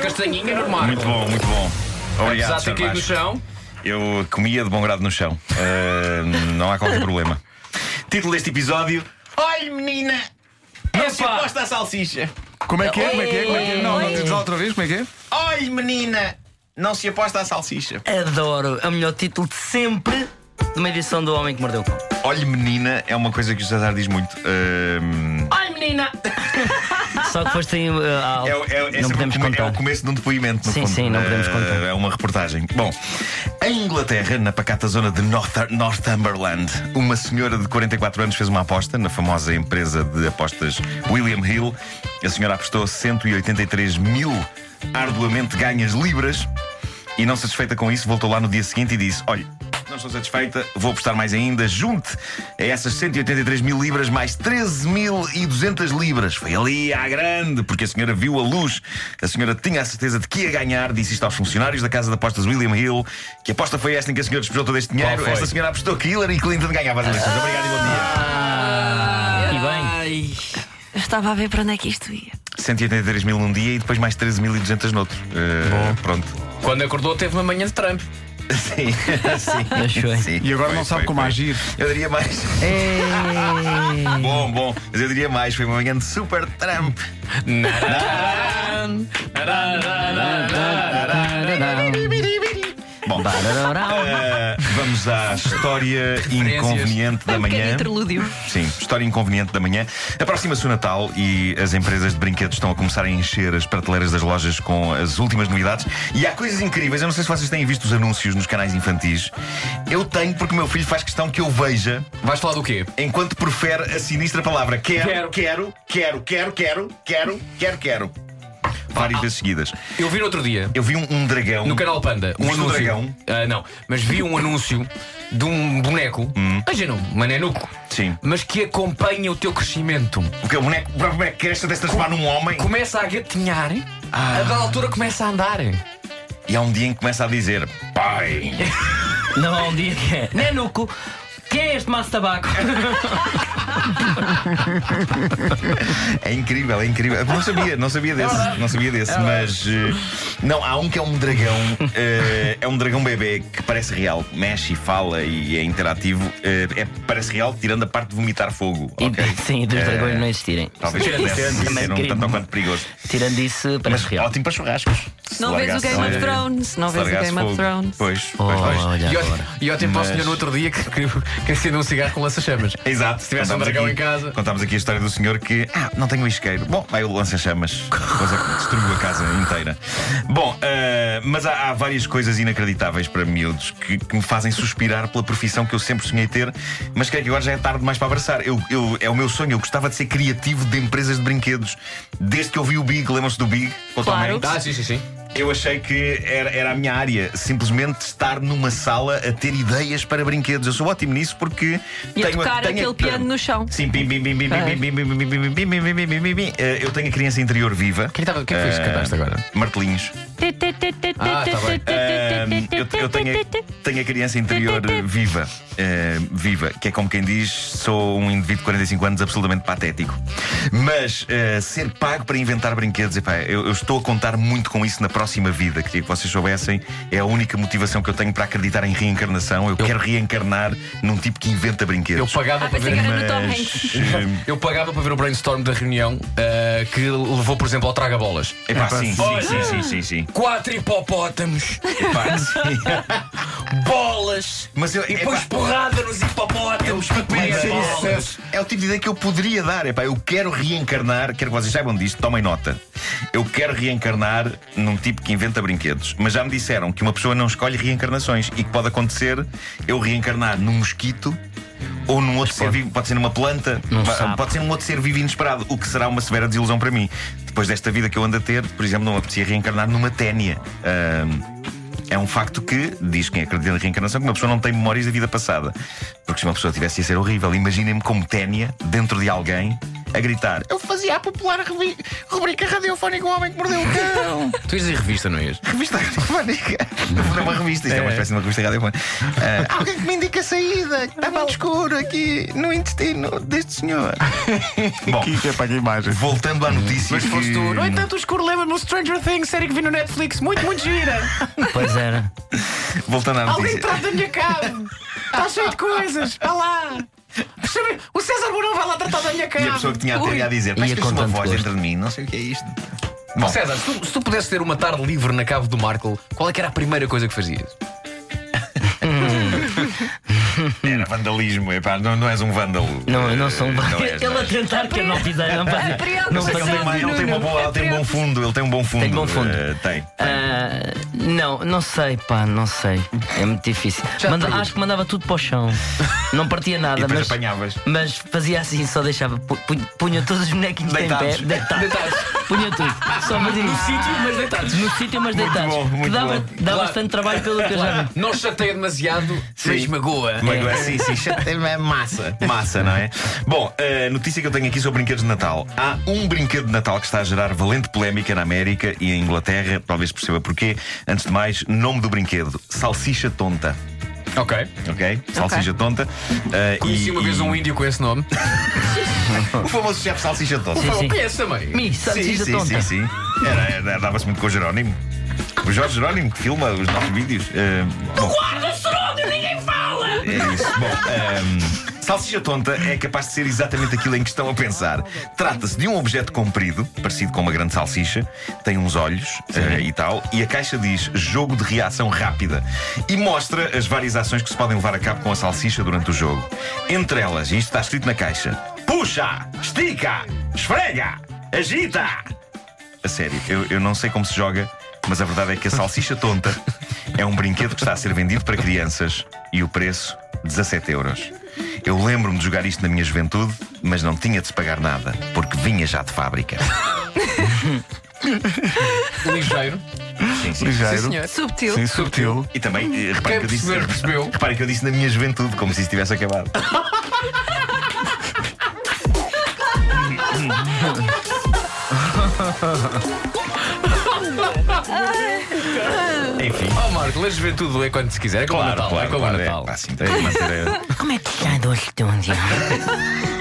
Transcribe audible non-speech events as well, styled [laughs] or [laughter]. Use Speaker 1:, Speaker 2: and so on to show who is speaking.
Speaker 1: castanhinha normal.
Speaker 2: Muito bom, muito bom. Obrigado,
Speaker 1: Apesar de ter
Speaker 2: Sr.
Speaker 1: caído no
Speaker 2: Vasco.
Speaker 1: chão,
Speaker 2: Eu comia de bom grado no chão. Ah, não há
Speaker 1: [laughs]
Speaker 2: qualquer problema. Título deste episódio: Olha, menina! É suposta a salsicha.
Speaker 3: Como é que é? Como é que é? Como é que é? Não, não diz lá outra vez, como é que é?
Speaker 2: Olha, menina! Não se aposta à salsicha.
Speaker 4: Adoro. É o melhor título de sempre de uma edição do Homem que Mordeu o Cão.
Speaker 2: Olhe, menina, é uma coisa que o César diz muito. Eh, Ahm,
Speaker 4: Só que foste em. eh, ao-
Speaker 2: é, o- é o- é
Speaker 4: não
Speaker 2: sempre
Speaker 4: podemos
Speaker 2: o come- é
Speaker 4: contar.
Speaker 2: o começo de um depoimento, no
Speaker 4: Sim,
Speaker 2: fundo.
Speaker 4: sim, não podemos
Speaker 2: Ah,
Speaker 4: contar.
Speaker 2: É uma reportagem. Bom, em Inglaterra, na pacata zona de North- Northumberland, uma senhora de 44 anos fez uma aposta na famosa empresa de apostas William Hill. A senhora apostou 183 mil arduamente ganhas libras e, não satisfeita com isso, voltou lá no dia seguinte e disse: Olha. Não estou satisfeita, vou apostar mais ainda. Junte a essas 183 mil libras mais 13.200 libras. Foi ali à grande, porque a senhora viu a luz. A senhora tinha a certeza de que ia ganhar, disse isto aos funcionários da casa de apostas William Hill. Que aposta foi esta em que a senhora despejou todo este dinheiro?
Speaker 1: foi?
Speaker 2: Esta senhora apostou que Hillary Clinton ganhava as eleições. Obrigado e bom dia.
Speaker 4: E bem,
Speaker 5: Eu estava a ver para onde é que isto ia.
Speaker 2: 183 mil num dia e depois mais 13.200 noutro. Eh, pronto.
Speaker 1: quando acordou, teve uma manhã de Trump.
Speaker 2: Sim,
Speaker 4: Mas
Speaker 2: sim.
Speaker 4: foi.
Speaker 2: sim.
Speaker 3: E agora
Speaker 2: Foi,
Speaker 3: não sabe
Speaker 2: foi,
Speaker 3: como
Speaker 2: foi.
Speaker 3: agir.
Speaker 2: Eu diria mais. Bom, bom. Mas eu diria mais. Foi uma manhã de super Trump. Bom, eh, vamos à história inconveniente da
Speaker 5: pequeno
Speaker 2: manhã.
Speaker 5: interlúdio.
Speaker 2: Sim, história inconveniente da manhã. Aproxima-se o Natal e as empresas de brinquedos estão a começar a encher as prateleiras das lojas com as últimas novidades. E há coisas incríveis. Eu não sei se vocês têm visto os anúncios nos canais infantis. Eu tenho, porque o meu filho faz questão que eu veja,
Speaker 1: Vais falar do quê?
Speaker 2: enquanto profere a sinistra palavra quero,
Speaker 1: Quero.
Speaker 2: quero, quero, quero, quero, quero, quero, quero. Várias vezes seguidas.
Speaker 1: Eu vi no outro dia.
Speaker 2: Eu vi um, um dragão.
Speaker 1: No canal Panda, um
Speaker 2: Viste um
Speaker 1: anúncio.
Speaker 2: dragão?
Speaker 1: Ah, não, mas vi um anúncio de um boneco, mas não, manenuco,
Speaker 2: Sim.
Speaker 1: mas que acompanha o teu crescimento.
Speaker 2: Porque o boneco, o próprio boneco cresce até se transformar num homem.
Speaker 1: Começa a gatinhar, a dada altura começa a andar.
Speaker 2: E há um dia em que começa a dizer: Pai,
Speaker 4: Não há um dia que é. Nenuco, quem é este maço de tabaco?
Speaker 2: É incrível, é incrível. Não sabia, não sabia desse, não sabia desse, mas eh, não há um que é um dragão, eh, é um dragão bebê que parece real, mexe e fala e é interativo, eh, é parece real, tirando a parte de vomitar fogo.
Speaker 4: E-
Speaker 2: ok?
Speaker 4: Sim, e dos
Speaker 2: Eh,
Speaker 4: dragões não existirem.
Speaker 2: Talvez
Speaker 1: Sim,
Speaker 2: pudesse
Speaker 4: também
Speaker 2: ser um
Speaker 4: querido.
Speaker 2: tanto ou quanto perigoso,
Speaker 4: Tirando isso,
Speaker 2: mas
Speaker 4: parece real.
Speaker 2: ótimo para churrascos. Se
Speaker 5: Não vês o
Speaker 2: largasse-
Speaker 5: Game of Thrones, não
Speaker 2: se
Speaker 5: vês o
Speaker 2: largasse
Speaker 5: Game
Speaker 2: fogo.
Speaker 5: of Thrones.
Speaker 2: Pois, pois, pois.
Speaker 4: Olha
Speaker 1: e,
Speaker 4: agora.
Speaker 1: e ontem para o
Speaker 2: Mas-
Speaker 1: senhor no outro dia que [laughs] que- que acendeu um cigarro com lança-chamas.
Speaker 2: Exato, se
Speaker 1: tivesse um dragão em casa.
Speaker 2: Contámos aqui a história do senhor que. Ah, não tenho um isqueiro. Bom, vai o lança-chamas. Coisa que destruiu a casa inteira. Bom, ah, mas há, há várias coisas inacreditáveis para miúdos que, que me fazem suspirar pela profissão que eu sempre sonhei ter, mas creio que agora já é tarde demais para abraçar. Eu, eu- é o meu sonho, eu gostava de ser criativo de empresas de brinquedos. Desde que eu vi o Big, lembram-se do Big? Com o Tom
Speaker 5: Claro.
Speaker 2: Hanks?
Speaker 1: Ah, sim, sim, sim.
Speaker 2: Eu achei que era, era a minha área, simplesmente estar numa sala a ter ideias para brinquedos. Eu sou ótimo nisso porque
Speaker 5: E a
Speaker 2: tenho
Speaker 5: tocar
Speaker 2: tenho
Speaker 5: aquele piano no chão.
Speaker 2: Sim, bim, bim, bim, bim, bim, bim, bim, bim, bim, bim, bim, bim, bim, bim, bim, bim, bim, bim. Eh, Eu tenho a criança interior viva.
Speaker 1: Quem tava- quem foi isso que
Speaker 2: Eh,
Speaker 1: cantaste agora?
Speaker 2: Martelinhos.
Speaker 1: Ah, tá bem.
Speaker 2: Eh, eu, eu tenho, a, tenho a criança interior eh, viva. Eh, viva, que é como quem diz, sou um indivíduo de 45 anos absolutamente patético. Mas eh, ser pago para inventar brinquedos, epá, eu, eu estou a contar muito com isso na próxima vida. Queria que vocês soubessem, é a única motivação que eu tenho para acreditar em reencarnação. Eu, quero reencarnar num tipo que inventa
Speaker 1: Eu
Speaker 2: brinquedos.
Speaker 1: pagava
Speaker 5: Ah,
Speaker 1: para
Speaker 5: pensei
Speaker 1: ver. um
Speaker 5: que era no Tom Hanks.
Speaker 2: Mas, eh,
Speaker 1: Eu pagava para ver o brainstorm da reunião ah, que levou, por exemplo, ao Traga-Bolas.
Speaker 2: epá,
Speaker 3: Epá,
Speaker 2: É sim, sim,
Speaker 1: sim.
Speaker 2: sim, sim, sim, sim.
Speaker 1: Quatro hipopótamos, [laughs]
Speaker 2: Epá, sim.
Speaker 1: bolas,
Speaker 2: Mas eu,
Speaker 1: e
Speaker 2: epá,
Speaker 1: depois porrada nos hipopótamos para
Speaker 2: Mas
Speaker 1: comer
Speaker 2: é
Speaker 1: bolas.
Speaker 2: isso. É o tipo de ideia que eu poderia dar. Epá, eu quero reencarnar, quero que vocês saibam disto, tomem nota. Eu quero reencarnar num tipo que inventa brinquedos. Mas já me disseram que uma pessoa não escolhe reencarnações e que pode acontecer eu reencarnar num mosquito. Ou num outro ser vivo, pode ser numa planta,
Speaker 4: Num
Speaker 2: pa-
Speaker 4: sapo.
Speaker 2: pode ser num outro ser vivo inesperado, o que será uma severa desilusão para mim. Depois desta vida que eu ando a ter, por exemplo, não me apetecia reencarnar numa ténia. Ahm, é um facto que, diz quem acredita na reencarnação, que uma pessoa não tem memórias da vida passada. Porque se uma pessoa tivesse ia ser horrível, imaginem-me como ténia dentro de alguém a gritar: Eu fazia a popular revi- rubrica radiofónica O Homem que Mordeu o Cão.
Speaker 1: Tu ias em revista, não ias?
Speaker 2: Revista radiofónica. Não é uma revista, isto é, uma espécie de uma revista radiofónica. Ah, alguém que me indica a saída, está mal escuro aqui no intestino deste senhor. Bom,
Speaker 3: Isto é para a imagem.
Speaker 2: voltando à notícia.
Speaker 1: Mas foste
Speaker 2: que-
Speaker 1: tu. é? No entanto, o escuro lembra-me o Stranger Things, série que vi no Netflix. Muito, muito gira.
Speaker 4: Pois era.
Speaker 2: Voltando à
Speaker 1: Alguém
Speaker 2: notícia.
Speaker 1: trata da minha cave. Está cheio de coisas. Vá lá. Percebe? O César Mourão vai lá tratar da minha
Speaker 2: E
Speaker 1: cave.
Speaker 2: a pessoa que tinha a teoria a dizer: Mas
Speaker 4: Ia
Speaker 2: que
Speaker 4: com
Speaker 2: uma
Speaker 4: tanto
Speaker 2: voz
Speaker 4: gosto.
Speaker 2: dentro de mim, não sei o que é isto. Bom,
Speaker 1: César, se tu, se tu pudesses ter uma tarde livre na cave do Markle, qual é que era a primeira coisa que fazias?
Speaker 2: era vandalismo, epá, não, não és um vândalo.
Speaker 4: Não, eu não sou um
Speaker 2: Não és,
Speaker 4: Ele
Speaker 2: não é.
Speaker 4: a
Speaker 2: és.
Speaker 4: tentar que eu não fizesse. Não fazia.
Speaker 2: Mas é que ele tem, uma- ele tem uma boa- ele tem um bom fundo, ele tem um bom fundo.
Speaker 4: Tem bom fundo.
Speaker 2: eh, tem.
Speaker 4: Ah, não, não sei, pá, não sei. É muito difícil.
Speaker 1: Já te
Speaker 4: Manda-
Speaker 1: pergunto.
Speaker 4: acho que mandava tudo para o chão. Não
Speaker 2: [laughs]
Speaker 4: partia
Speaker 2: E
Speaker 4: nada,
Speaker 2: depois
Speaker 4: mas,
Speaker 2: apanhavas.
Speaker 4: mas fazia assim, só deixava. pu- pu- Punha todos os bonequinhos em
Speaker 2: Deitados.
Speaker 4: pé, deitados. Punha tudo. Só fazia No sítio, mas deitados. No sítio, mas deitados.
Speaker 2: bom, muito
Speaker 4: que dava,
Speaker 2: bom.
Speaker 4: dava
Speaker 1: Claro.
Speaker 4: bastante trabalho pelo que eu já vi.
Speaker 1: Não chateia demasiado, mas magoa.
Speaker 2: Mas não é assim, sim, chato, é massa. Massa, não é? Bom, a notícia que eu tenho aqui sobre brinquedos de Natal. Há um brinquedo de Natal que está a gerar valente polémica na América e em Inglaterra, talvez perceba porquê. Antes de mais, nome do brinquedo: Salsicha Tonta.
Speaker 1: Ok.
Speaker 2: Ok? Salsicha Tonta. Ah,
Speaker 1: Conheci
Speaker 2: e-
Speaker 1: uma vez
Speaker 2: e-
Speaker 1: um índio com esse nome.
Speaker 2: O famoso chefe Salsicha Tonta.
Speaker 4: Sim, sim.
Speaker 1: Conhece também.
Speaker 4: Mi, salsicha
Speaker 2: sim,
Speaker 4: tonta.
Speaker 2: sim, sim. Era, era- dava-se muito com o Jerónimo. O Jorge Jerónimo que filma os nossos vídeos. Eh, tu guarda o ninguém fala! É isso. Bom, ahm, salsicha tonta é capaz de ser exatamente aquilo em que estão a pensar. Trata-se de um objeto comprido, parecido com uma grande salsicha, tem uns olhos ah, e tal, e a caixa diz jogo de reação rápida e mostra as várias ações que se podem levar a cabo com a salsicha durante o jogo. Entre elas, e isto está escrito na caixa: puxa, estica, esfrega, agita. A sério, eu, eu não sei como se joga, mas a verdade é que a salsicha tonta é um brinquedo que está a ser vendido para crianças e o preço, 17 euros. Eu lembro-me de jogar isto na minha juventude, mas não tinha de se pagar nada, porque vinha já de fábrica.
Speaker 1: Ligeiro.
Speaker 2: Sim, sim.
Speaker 3: Ligeiro.
Speaker 1: senhor.
Speaker 5: Subtil.
Speaker 3: Sim, subtil.
Speaker 2: E também, eh,
Speaker 1: Quem
Speaker 2: reparem que, eu disse,
Speaker 1: perceber, percebeu.
Speaker 2: reparem que eu disse na minha juventude, como se isso
Speaker 1: [laughs]
Speaker 2: tivesse acabado. Enfim.
Speaker 1: Oh, Marco, a juventude é quando se quiser. É como o Natal. é como o
Speaker 2: claro,
Speaker 1: Natal.
Speaker 2: É, pá, assim, tem que manter a-
Speaker 4: um Como é que está dois tons?